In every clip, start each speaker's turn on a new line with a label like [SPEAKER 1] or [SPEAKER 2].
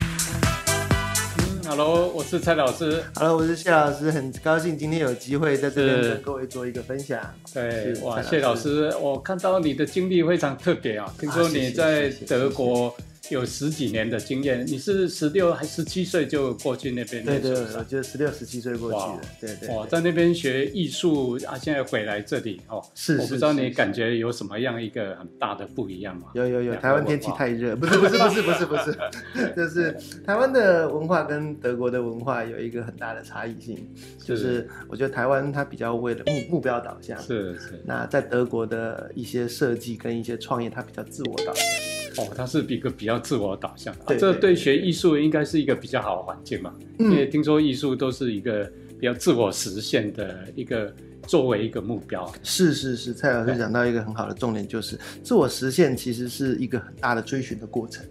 [SPEAKER 1] 嗯 Hello，我是蔡老师。
[SPEAKER 2] Hello，我是谢老师，很高兴今天有机会在这边
[SPEAKER 1] 是
[SPEAKER 2] 跟各位做一个分享。
[SPEAKER 1] 对，
[SPEAKER 2] 是
[SPEAKER 1] 哇，
[SPEAKER 2] 蔡
[SPEAKER 1] 谢老师，我看到你的经历非常特别啊！听说
[SPEAKER 2] 谢谢
[SPEAKER 1] 你在
[SPEAKER 2] 谢谢
[SPEAKER 1] 德国有十几年的经验，你是十六还十七岁就过去那边
[SPEAKER 2] 对
[SPEAKER 1] 念书
[SPEAKER 2] 对，
[SPEAKER 1] 是
[SPEAKER 2] 我
[SPEAKER 1] 吧？
[SPEAKER 2] 就十六十七岁过去
[SPEAKER 1] 哇
[SPEAKER 2] 的，对对
[SPEAKER 1] 哇，
[SPEAKER 2] 对。
[SPEAKER 1] 在那边学艺术啊，现在回来这里哦，
[SPEAKER 2] 是
[SPEAKER 1] 我不
[SPEAKER 2] 是
[SPEAKER 1] 知道
[SPEAKER 2] 是
[SPEAKER 1] 你
[SPEAKER 2] 是
[SPEAKER 1] 感觉有什么样一个很大的不一样吗？
[SPEAKER 2] 有有有，
[SPEAKER 1] 两个
[SPEAKER 2] 台湾天气
[SPEAKER 1] 文化
[SPEAKER 2] 太热，不是不是不是不是不 是，就是台湾的文化跟德国的文化有一个很大的差异性，就是我觉得台湾它比较为了目目标导向，
[SPEAKER 1] 是是
[SPEAKER 2] 那在德国的一些设计跟一些创业，它比较自我导向。
[SPEAKER 1] 哦，他是一个比较自我导向的，
[SPEAKER 2] 对
[SPEAKER 1] 这
[SPEAKER 2] 对
[SPEAKER 1] 对学艺术应该是一个比较好的环境嘛。因为
[SPEAKER 2] 嗯，
[SPEAKER 1] 听说艺术都是一个比较自我实现的一个作为一个目标，
[SPEAKER 2] 是是是，蔡老
[SPEAKER 1] 对
[SPEAKER 2] 师讲到一个很好的重点，就是自我实现其实是一个很大的追寻的过程。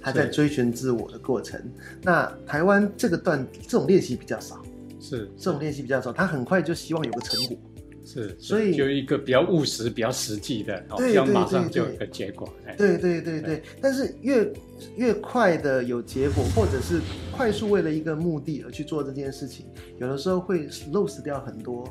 [SPEAKER 2] 他在
[SPEAKER 1] 是
[SPEAKER 2] 追寻自我的过程，那台湾这个段这种练习比较少，
[SPEAKER 1] 是
[SPEAKER 2] 这种练习比较少，他很快就希望有个成果，
[SPEAKER 1] 是，是
[SPEAKER 2] 所以
[SPEAKER 1] 就一个比较务实、比较实际的，哦，
[SPEAKER 2] 对
[SPEAKER 1] 比较
[SPEAKER 2] 对
[SPEAKER 1] 马
[SPEAKER 2] 对
[SPEAKER 1] 上就有
[SPEAKER 2] 对
[SPEAKER 1] 个结果。哎
[SPEAKER 2] 对对对对，但是越越快的有结果，或者是快速为了一个目的而去做这件事情，有的时候会 lose 掉很多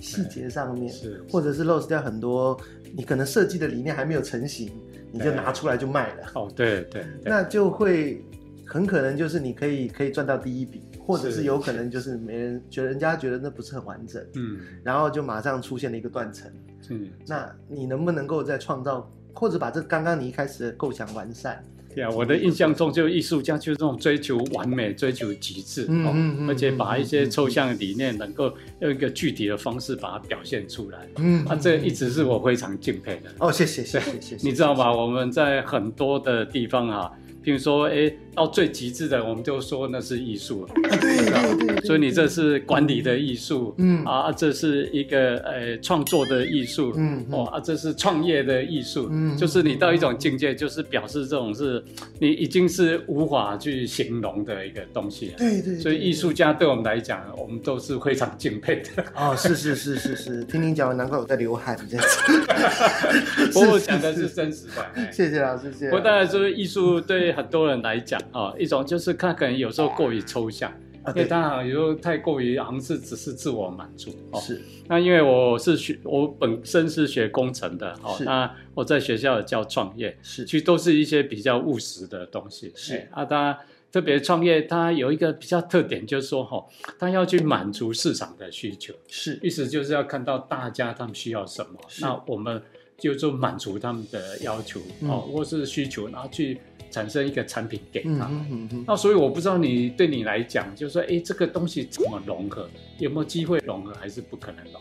[SPEAKER 2] 细节上面，
[SPEAKER 1] 是
[SPEAKER 2] 或者是 lose 掉很多你可能设计的理念还没有成型，你就拿出来就卖了，
[SPEAKER 1] 哦，对对对，
[SPEAKER 2] 那就会很可能就是你可以可以赚到第一笔，或者
[SPEAKER 1] 是
[SPEAKER 2] 是有可能就是没人觉得人家觉得那不是很完整，
[SPEAKER 1] 嗯，
[SPEAKER 2] 然后就马上出现了一个断层。
[SPEAKER 1] 是。
[SPEAKER 2] 那你能不能够再创造，或者把这刚刚你一开始的构想完善？
[SPEAKER 1] 对啊，我的印象中，就艺术家就是这种追求完美、追求极致，
[SPEAKER 2] 嗯
[SPEAKER 1] 哦
[SPEAKER 2] 嗯嗯
[SPEAKER 1] 而且把一些
[SPEAKER 2] 嗯嗯
[SPEAKER 1] 抽象理念能够用一个具体的方式把它表现出来。
[SPEAKER 2] 嗯
[SPEAKER 1] 啊，这一直是我非常敬佩的。
[SPEAKER 2] 哦，谢谢谢谢谢 谢，
[SPEAKER 1] 你知道吗？我们在很多的地方啊，譬如说，哎，到最极致的，我们就说那是艺术。
[SPEAKER 2] 啊？对对对对，
[SPEAKER 1] 所以你这是管理的艺术，
[SPEAKER 2] 嗯
[SPEAKER 1] 啊，这是一个呃创作的艺术，
[SPEAKER 2] 嗯
[SPEAKER 1] 哦啊，这是创业的艺术，
[SPEAKER 2] 嗯
[SPEAKER 1] 就是你到一种境界，就是表示这种是你已经是无法去形容的一个东西了。啊
[SPEAKER 2] 对对，
[SPEAKER 1] 所以艺术家
[SPEAKER 2] 家
[SPEAKER 1] 对我们来讲，我们都是非常敬佩 的。
[SPEAKER 2] 哦，是是是是是，听您讲完，难怪我在流汗这样子。
[SPEAKER 1] 不过我讲的是真实的。哎
[SPEAKER 2] 谢谢老师，谢谢
[SPEAKER 1] 不过
[SPEAKER 2] 老师。
[SPEAKER 1] 当然，就是艺术对很多人来讲啊，一种就是他可能有时候过于抽象，
[SPEAKER 2] 啊，
[SPEAKER 1] 因为
[SPEAKER 2] 对，
[SPEAKER 1] 他好像有时候太过于好像是只是自我满足哦。
[SPEAKER 2] 是
[SPEAKER 1] 那因为我是学，我本身是学工程的，哦，
[SPEAKER 2] 是
[SPEAKER 1] 那我在学校也教创业，
[SPEAKER 2] 是
[SPEAKER 1] 其实都是一些比较务实的东西。
[SPEAKER 2] 是
[SPEAKER 1] 哎啊，当然特别创业，它有一个比较特点，就是说，哈、哦，它要去满足市场的需求，
[SPEAKER 2] 是
[SPEAKER 1] 意思就是要看到大家他们需要什么，
[SPEAKER 2] 是
[SPEAKER 1] 那我们就就满足他们的要求，哦，或是需求，然后去产生一个产品给
[SPEAKER 2] 嗯
[SPEAKER 1] 他。
[SPEAKER 2] 嗯嗯嗯，
[SPEAKER 1] 那所以我不知道你对你来讲，就是说，哎，这个东西怎么融合？有没有机会融合，还是不可能融合？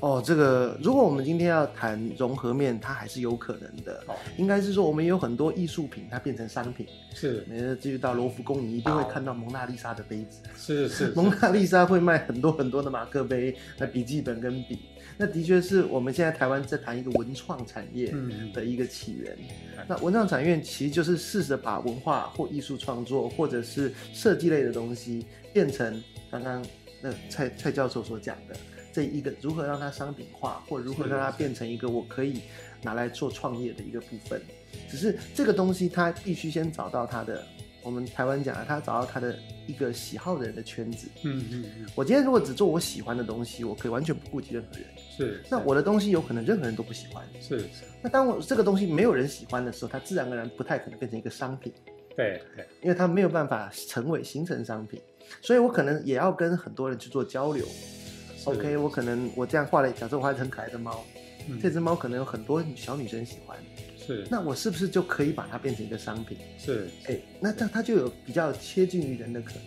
[SPEAKER 2] 哦，这个如果我们今天要谈融合面，它还是有可能的。
[SPEAKER 1] 哦，
[SPEAKER 2] 应该是说，我们有很多艺术品，它变成商品。
[SPEAKER 1] 是
[SPEAKER 2] 每次去到罗浮宫，你一定会看到蒙娜丽莎的杯子。
[SPEAKER 1] 是 是，
[SPEAKER 2] 蒙娜丽莎会卖很多很多的马克杯、那笔记本跟笔，那的确是我们现在台湾在谈一个文创产业
[SPEAKER 1] 嗯，
[SPEAKER 2] 的一个起源
[SPEAKER 1] 嗯。
[SPEAKER 2] 那文创产业其实就是试着把文化或艺术创作，或者是设计类的东西，变成刚刚那蔡蔡教授所讲的这一个如何让它商品化，或如何
[SPEAKER 1] 是
[SPEAKER 2] 让它
[SPEAKER 1] 是
[SPEAKER 2] 变成一个我可以拿来做创业的一个部分。只是这个东西，它必须先找到它的。我们台湾讲啊，他找到他的一个喜好的人的圈子，
[SPEAKER 1] 嗯嗯嗯，
[SPEAKER 2] 我今天如果只做我喜欢的东西，我可以完全不顾及任何人。
[SPEAKER 1] 是。
[SPEAKER 2] 那我的东西有可能任何人都不喜欢。
[SPEAKER 1] 是是，
[SPEAKER 2] 那当我这个东西没有人喜欢的时候，它自然而然不太可能变成一个商品，
[SPEAKER 1] 对对，
[SPEAKER 2] 因为它没有办法成为形成商品。所以我可能也要跟很多人去做交流。
[SPEAKER 1] 是
[SPEAKER 2] OK，我可能我这样画了，假设我画了很可爱的猫，
[SPEAKER 1] 嗯
[SPEAKER 2] 这只猫可能有很多小女生喜欢，
[SPEAKER 1] 是
[SPEAKER 2] 那我是不是就可以把它变成一个商品？
[SPEAKER 1] 是
[SPEAKER 2] 哎，那这样它就有比较贴近于人的可能。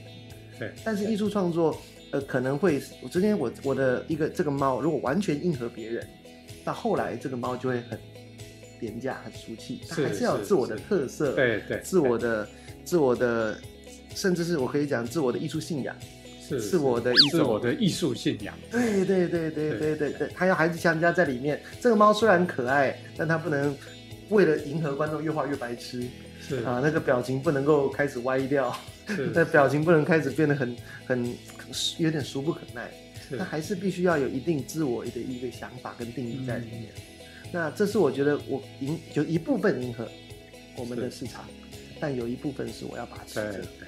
[SPEAKER 1] 对，
[SPEAKER 2] 但是艺术创作，呃，可能会，我之前我我的一个这个猫，如果完全迎合别人，到后来这个猫就会很廉价、很俗气，它
[SPEAKER 1] 是
[SPEAKER 2] 还是要有
[SPEAKER 1] 是
[SPEAKER 2] 自我的
[SPEAKER 1] 是
[SPEAKER 2] 特色，，
[SPEAKER 1] 对对，
[SPEAKER 2] 自我的、自我的，甚至是我可以讲自我的艺术信仰，
[SPEAKER 1] 是
[SPEAKER 2] 自我的一
[SPEAKER 1] 是
[SPEAKER 2] 种
[SPEAKER 1] 我的艺术信仰，
[SPEAKER 2] 对对对对
[SPEAKER 1] 对
[SPEAKER 2] 对对对，它要还是强加在里面。这个猫虽然可爱，但它不能为了迎合观众越画越白痴
[SPEAKER 1] 是
[SPEAKER 2] 啊，那个表情不能够开始歪掉。
[SPEAKER 1] 是
[SPEAKER 2] 那表情不能开始变得很很有点俗不可耐，
[SPEAKER 1] 是
[SPEAKER 2] 那还是必须要有一定自我的一个想法跟定义在里面。
[SPEAKER 1] 嗯
[SPEAKER 2] 那这是我觉得我迎有一部分迎合我们的市场，但有一部分是我要把持
[SPEAKER 1] 对
[SPEAKER 2] 着。哦
[SPEAKER 1] 对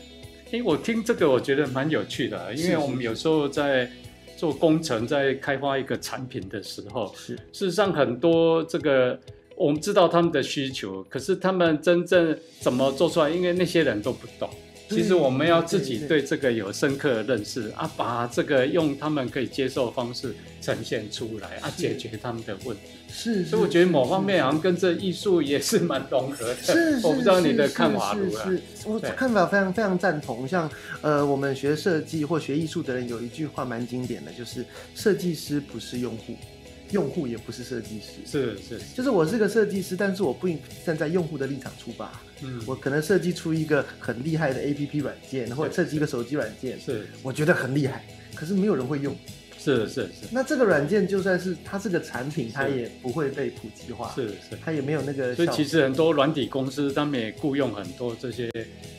[SPEAKER 1] 诶，我听这个我觉得蛮有趣的啊，因
[SPEAKER 2] 是
[SPEAKER 1] 为
[SPEAKER 2] 是
[SPEAKER 1] 我们有时候在做工程，在开发一个产品的时候，
[SPEAKER 2] 是
[SPEAKER 1] 事实上很多这个我们知道他们的需求，可是他们真正怎么做出来，因为那些人都不懂。
[SPEAKER 2] 对
[SPEAKER 1] 其实我们要自己
[SPEAKER 2] 对对
[SPEAKER 1] 对这个有深刻的认识啊，把这个用他们可以接受的方式呈现出来啊，
[SPEAKER 2] 是
[SPEAKER 1] 解决他们的问题。
[SPEAKER 2] 是，
[SPEAKER 1] 所以我觉得某方面好像跟这艺术也是蛮融合的。
[SPEAKER 2] 是，是
[SPEAKER 1] 我不知道你的
[SPEAKER 2] 是
[SPEAKER 1] 看法如
[SPEAKER 2] 是
[SPEAKER 1] 何。啊
[SPEAKER 2] 是我
[SPEAKER 1] 对
[SPEAKER 2] 看法非常非常赞同。像呃，我们学设计或学艺术的人有一句话蛮经典的，就是设计师不是用户，用户也不是设计师。
[SPEAKER 1] 是是，是
[SPEAKER 2] 就是我是个设计师，但是我不应站在用户的立场出发，
[SPEAKER 1] 嗯，
[SPEAKER 2] 我可能设计出一个很厉害的 APP 软件，或者设计一个手机软件，
[SPEAKER 1] 是
[SPEAKER 2] 我觉得很厉害，可是没有人会用。
[SPEAKER 1] 是是是
[SPEAKER 2] 那这个软件就算是它这个产品，它
[SPEAKER 1] 是
[SPEAKER 2] 也不会被普及化，
[SPEAKER 1] 是是。
[SPEAKER 2] 它也没有那个效
[SPEAKER 1] 所以
[SPEAKER 2] 果。
[SPEAKER 1] 其实很多软体公司，他们也雇佣很多这些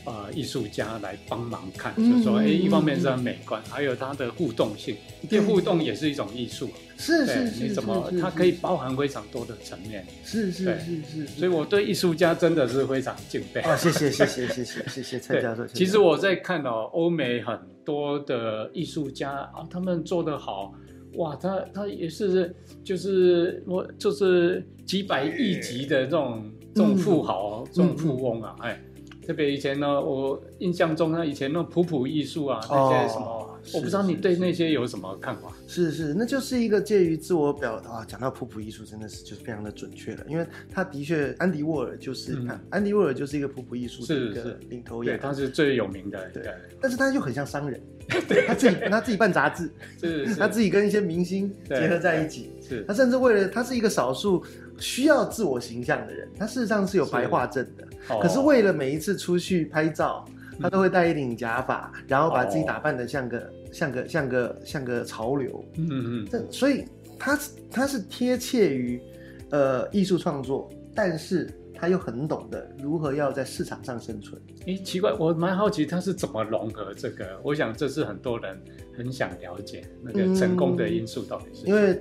[SPEAKER 1] 呃艺术家来帮忙看，
[SPEAKER 2] 嗯
[SPEAKER 1] 就是说，哎，
[SPEAKER 2] 嗯
[SPEAKER 1] 一方面是它
[SPEAKER 2] 嗯
[SPEAKER 1] 美观，还有它的互动性，因为互动也是一种艺术，啊
[SPEAKER 2] 是
[SPEAKER 1] 对
[SPEAKER 2] 是，是，
[SPEAKER 1] 你怎么
[SPEAKER 2] 是
[SPEAKER 1] 它
[SPEAKER 2] 是
[SPEAKER 1] 可以
[SPEAKER 2] 是
[SPEAKER 1] 包含非常多的层面，
[SPEAKER 2] 是是
[SPEAKER 1] 对
[SPEAKER 2] 是是，
[SPEAKER 1] 所以我对艺术家真的是非常敬佩。
[SPEAKER 2] 啊，谢谢谢谢谢谢谢谢蔡教授。
[SPEAKER 1] 其实我在看哦，欧美很多的艺术家啊，他们做得好，哇，他他也是就是我就是几百亿级的这
[SPEAKER 2] 嗯
[SPEAKER 1] 种这种富豪、这种富翁啊，哎，特别以前呢，我印象中呢，以前那种普普艺术啊，那些什么，
[SPEAKER 2] 哦是
[SPEAKER 1] 我不知道你对那些有什么看法？
[SPEAKER 2] 是是，那就是一个介于自我表达啊，讲到普普艺术真的是就是非常的准确了，因为他的确，安迪沃尔就是、
[SPEAKER 1] 嗯
[SPEAKER 2] 啊安迪沃尔就是一个普普艺术的
[SPEAKER 1] 是
[SPEAKER 2] 一个
[SPEAKER 1] 是
[SPEAKER 2] 领头
[SPEAKER 1] 对，
[SPEAKER 2] 羊，
[SPEAKER 1] 他是最有名的，
[SPEAKER 2] 对
[SPEAKER 1] 对，
[SPEAKER 2] 但是他就很像 商人，他自己他自己办杂志，
[SPEAKER 1] 是
[SPEAKER 2] 他
[SPEAKER 1] 是
[SPEAKER 2] 自己跟一些明星
[SPEAKER 1] 对
[SPEAKER 2] 结合在一起，
[SPEAKER 1] 是
[SPEAKER 2] 他甚至为了他是一个少数需要自我形象的人，他事实上是有
[SPEAKER 1] 是
[SPEAKER 2] 白化症的，
[SPEAKER 1] 哦嗯
[SPEAKER 2] 可是为了每一次出去拍照，他都会戴一顶假发，然后把自己打扮的像
[SPEAKER 1] 哦
[SPEAKER 2] 个像个像个像个潮流。
[SPEAKER 1] 嗯嗯
[SPEAKER 2] 这所以他是他是贴切于呃艺术创作，但是他又很懂得如何要在市场上生存。
[SPEAKER 1] 诶，奇怪，我蛮好奇他是怎么融合这个。我想这是很多人很想了解那个成功的因素到底是。
[SPEAKER 2] 因为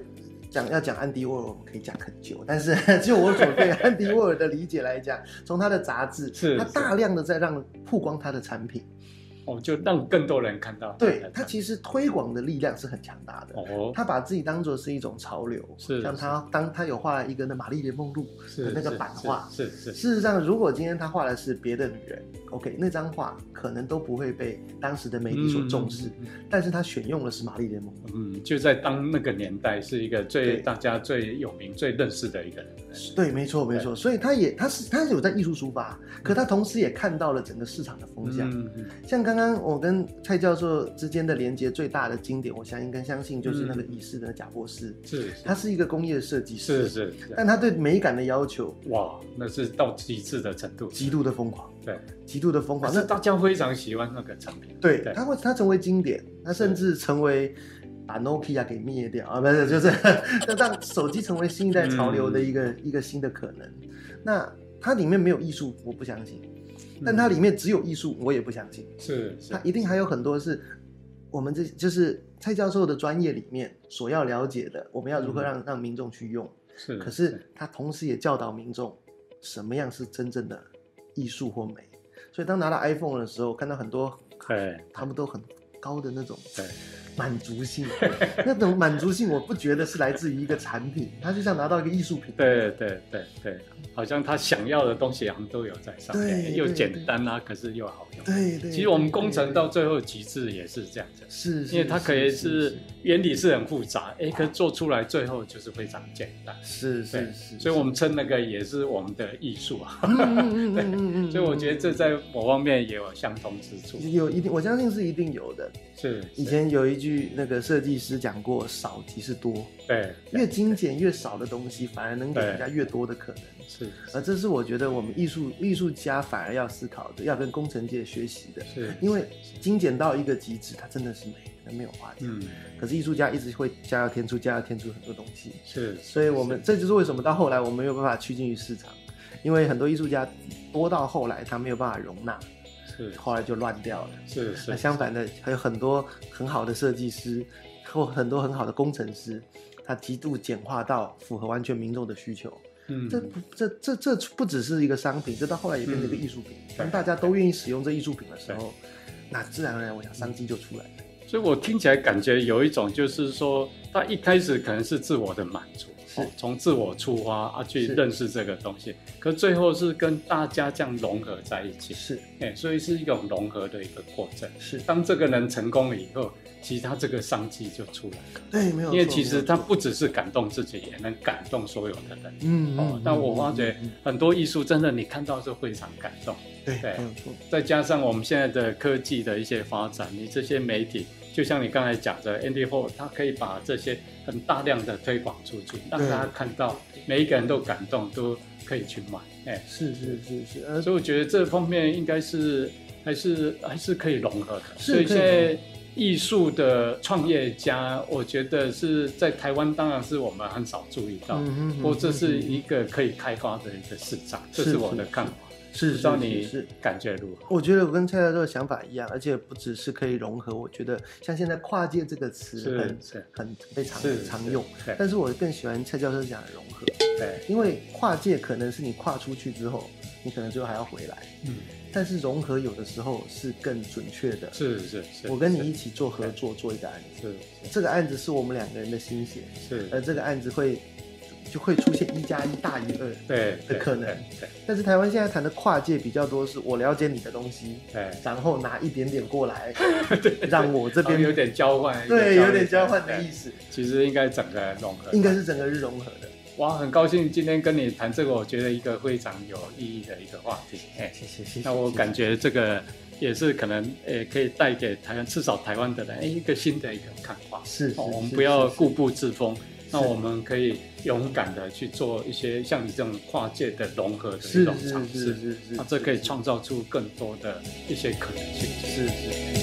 [SPEAKER 2] 讲要讲安迪沃尔，我们可以讲很久，但是 就我所对安迪沃尔的理解来讲，从他的杂志，
[SPEAKER 1] 是
[SPEAKER 2] 他
[SPEAKER 1] 是
[SPEAKER 2] 大量的在让曝光他的产品，
[SPEAKER 1] 哦，就让更多人啊看到。
[SPEAKER 2] 对他其实推广的力量是很强大的。
[SPEAKER 1] 哦，
[SPEAKER 2] 他把自己当做是一种潮流，
[SPEAKER 1] 是
[SPEAKER 2] 像他当他有画一个那玛丽莲梦露，
[SPEAKER 1] 是
[SPEAKER 2] 那个
[SPEAKER 1] 是
[SPEAKER 2] 版画
[SPEAKER 1] 是是是
[SPEAKER 2] 事实上，如果今天他画的是别的女人，OK，那张画可能都不会被当时的媒体所重视，
[SPEAKER 1] 嗯
[SPEAKER 2] 但是他选用的是玛丽莲梦露，
[SPEAKER 1] 嗯，就在当那个年代是一个最
[SPEAKER 2] 对
[SPEAKER 1] 大家最有名、最认识的一个人。
[SPEAKER 2] 对，没错，没错，所以他也他是他有在艺术抒发，可他同时也看到了整个市场的风向。
[SPEAKER 1] 嗯嗯
[SPEAKER 2] 像刚刚我跟蔡教授之间的连接最大的经典，我相信跟相信就是那个已逝的贾博士，
[SPEAKER 1] 是是
[SPEAKER 2] 他是一个工业设计师，
[SPEAKER 1] 嗯是是是，
[SPEAKER 2] 但他对美感的要求
[SPEAKER 1] 哇，那是到极致的程度。
[SPEAKER 2] 极度的疯狂，
[SPEAKER 1] 对，
[SPEAKER 2] 极度的疯
[SPEAKER 1] 可
[SPEAKER 2] 狂。那
[SPEAKER 1] 是大家非常喜欢那个产品。
[SPEAKER 2] 对，
[SPEAKER 1] 对
[SPEAKER 2] 他会他成为经典，他甚至成为把 Nokia 给灭掉啊，不是，就是 那让手机成为新一代潮流
[SPEAKER 1] 嗯
[SPEAKER 2] 的一个、一个新的可能。那它里面没有艺术，我不相信；但它里面只有艺术，我也不相信。
[SPEAKER 1] 是嗯是
[SPEAKER 2] 它一定还有很多是我们这就是蔡教授的专业里面所要了解的，我们要如何让、让民众去用。
[SPEAKER 1] 嗯是，
[SPEAKER 2] 可是他同时也教导民众什么样是真正的艺术或美。所以当拿到 iPhone 的时候，看到很多
[SPEAKER 1] 对
[SPEAKER 2] 他们都很高的那种
[SPEAKER 1] 对。
[SPEAKER 2] 满 足性，那种满足性我不觉得是来自于一个产品，它就像拿到一个艺术品。
[SPEAKER 1] 对对对对，好像他想要的东西好像都有在上面，
[SPEAKER 2] 对
[SPEAKER 1] 又
[SPEAKER 2] 对
[SPEAKER 1] 简单啊，可是又好用。
[SPEAKER 2] 对对。
[SPEAKER 1] 其实我们工程到
[SPEAKER 2] 对
[SPEAKER 1] 最后极致也是这样子
[SPEAKER 2] 对，是，是
[SPEAKER 1] 因为它可以
[SPEAKER 2] 是
[SPEAKER 1] 是原理是很复杂，哎，可是做出来最后就是非常简单。
[SPEAKER 2] 是
[SPEAKER 1] 对
[SPEAKER 2] 是是，
[SPEAKER 1] 所以我们称那个也是我们的艺术啊。
[SPEAKER 2] 嗯嗯嗯嗯嗯嗯嗯，
[SPEAKER 1] 所以我觉得这在某方面也有相同之处。
[SPEAKER 2] 有一定，我相信是一定有的。
[SPEAKER 1] 是，
[SPEAKER 2] 以
[SPEAKER 1] 是
[SPEAKER 2] 前有一句那个设计师讲过，少即是多，
[SPEAKER 1] 对，
[SPEAKER 2] 越
[SPEAKER 1] 对
[SPEAKER 2] 精简越少的东西，反而能给
[SPEAKER 1] 对
[SPEAKER 2] 人家越多的可能。
[SPEAKER 1] 是
[SPEAKER 2] 而这是我觉得我们艺术艺术家反而要思考的，要跟工程界学习的。
[SPEAKER 1] 是，
[SPEAKER 2] 因为精简到一个极致，它真的是美，那没有话讲。
[SPEAKER 1] 嗯，
[SPEAKER 2] 可是艺术家一直会加油添醋，加油添醋很多东西，
[SPEAKER 1] 是，
[SPEAKER 2] 所以我们这就是为什么到后来我们没有办法趋近于市场，因为很多艺术家多到后来他没有办法容纳，
[SPEAKER 1] 是
[SPEAKER 2] 后来就乱掉了。
[SPEAKER 1] 是
[SPEAKER 2] 那
[SPEAKER 1] 是，
[SPEAKER 2] 相反的，还有很多很好的设计师或很多很好的工程师，他极度简化到符合完全民众的需求。
[SPEAKER 1] 嗯
[SPEAKER 2] 这不这这这不只是一个商品，这到后来也变成一个艺术品。
[SPEAKER 1] 嗯对
[SPEAKER 2] 当大家都愿意使用这艺术品的时候，那自然而然，我想商机就出来了。
[SPEAKER 1] 所以我听起来感觉有一种就是说，他一开始可能是自我的满足，
[SPEAKER 2] 是
[SPEAKER 1] 哦从、自我出发啊去
[SPEAKER 2] 是
[SPEAKER 1] 认识这个东西，可最后是跟大家这样融合在一起，
[SPEAKER 2] 是
[SPEAKER 1] 哎、所以是一种融合的一个过程。
[SPEAKER 2] 是，
[SPEAKER 1] 当这个人成功了以后，其实他这个商机就出来了，
[SPEAKER 2] 对，没有错。
[SPEAKER 1] 因为其实他
[SPEAKER 2] 没有错
[SPEAKER 1] 不只是感动自己，也能感动所有的人。
[SPEAKER 2] 嗯
[SPEAKER 1] 哦
[SPEAKER 2] 嗯，
[SPEAKER 1] 但我
[SPEAKER 2] 嗯
[SPEAKER 1] 发觉
[SPEAKER 2] 嗯
[SPEAKER 1] 很多艺术真的你看到是非常感动，
[SPEAKER 2] 嗯对，
[SPEAKER 1] 对
[SPEAKER 2] 没有错，
[SPEAKER 1] 再加上我们现在的科技的一些发展，你这些媒体，就像你刚才讲的，Andy h o 他可以把这些很大量的推广出去，让
[SPEAKER 2] 对
[SPEAKER 1] 大家看到，每一个人都感动，都可以去买，哎，
[SPEAKER 2] 是是是呃是，而
[SPEAKER 1] 所以我觉得这方面应该是还是还是可以融合的，
[SPEAKER 2] 是
[SPEAKER 1] 所以
[SPEAKER 2] 可
[SPEAKER 1] 现
[SPEAKER 2] 以
[SPEAKER 1] 在。艺术的创业家，我觉得是在台湾，当然是我们很少注意到，
[SPEAKER 2] 嗯
[SPEAKER 1] 不过这是
[SPEAKER 2] 嗯嗯
[SPEAKER 1] 一个可以开发的一个市场，这
[SPEAKER 2] 是
[SPEAKER 1] 是我的
[SPEAKER 2] 是
[SPEAKER 1] 看法。
[SPEAKER 2] 是
[SPEAKER 1] 不知道
[SPEAKER 2] 是
[SPEAKER 1] 你
[SPEAKER 2] 是是
[SPEAKER 1] 感觉如何？
[SPEAKER 2] 我觉得我跟蔡教授的想法一样，而且不只是可以融合，我觉得像现在“跨界”这个词
[SPEAKER 1] 是
[SPEAKER 2] 很
[SPEAKER 1] 是
[SPEAKER 2] 很非常
[SPEAKER 1] 是
[SPEAKER 2] 常用，，
[SPEAKER 1] 对
[SPEAKER 2] 但是我更喜欢蔡教授讲的融合，
[SPEAKER 1] 对，
[SPEAKER 2] 因为跨界可能是你跨出去之后，你可能最后还要回来，
[SPEAKER 1] 嗯，
[SPEAKER 2] 但是融合有的时候是更准确的。
[SPEAKER 1] 是是是，
[SPEAKER 2] 我跟你一起做合作，做一呃个案子，
[SPEAKER 1] 是
[SPEAKER 2] 这个案子是我们两个人的心血，
[SPEAKER 1] 是
[SPEAKER 2] 而
[SPEAKER 1] 是，
[SPEAKER 2] 这个案子会就会出现一加一大于二。
[SPEAKER 1] 对
[SPEAKER 2] 的可能
[SPEAKER 1] 对对
[SPEAKER 2] 但是台湾现在谈的跨界比较多，是我了解你的东西，
[SPEAKER 1] 对
[SPEAKER 2] 然后拿一点点过来，
[SPEAKER 1] 对 对，对
[SPEAKER 2] 让我这
[SPEAKER 1] 好像有
[SPEAKER 2] 边
[SPEAKER 1] 点交换，
[SPEAKER 2] 对有点交换的意
[SPEAKER 1] 思。
[SPEAKER 2] 思，
[SPEAKER 1] 对其实应该整个融合，
[SPEAKER 2] 应该是整个是融合的。
[SPEAKER 1] 哇，很高兴今天跟你谈这个，我觉得一个非常有意义的一个话题。哎，
[SPEAKER 2] 谢谢谢
[SPEAKER 1] 那我感觉这个也是可能，诶，可以带给台湾，至少台湾的人，哎，一个新的一个看法。
[SPEAKER 2] 是是
[SPEAKER 1] 哦，我们
[SPEAKER 2] 是
[SPEAKER 1] 不要
[SPEAKER 2] 是
[SPEAKER 1] 固步自封，那我们可以勇敢的去做一些像你这种跨界的融合的一
[SPEAKER 2] 是
[SPEAKER 1] 种
[SPEAKER 2] 是
[SPEAKER 1] 尝
[SPEAKER 2] 是
[SPEAKER 1] 试
[SPEAKER 2] 是，是，
[SPEAKER 1] 那这可以
[SPEAKER 2] 是
[SPEAKER 1] 创造出更多的一些可能性。
[SPEAKER 2] 是是。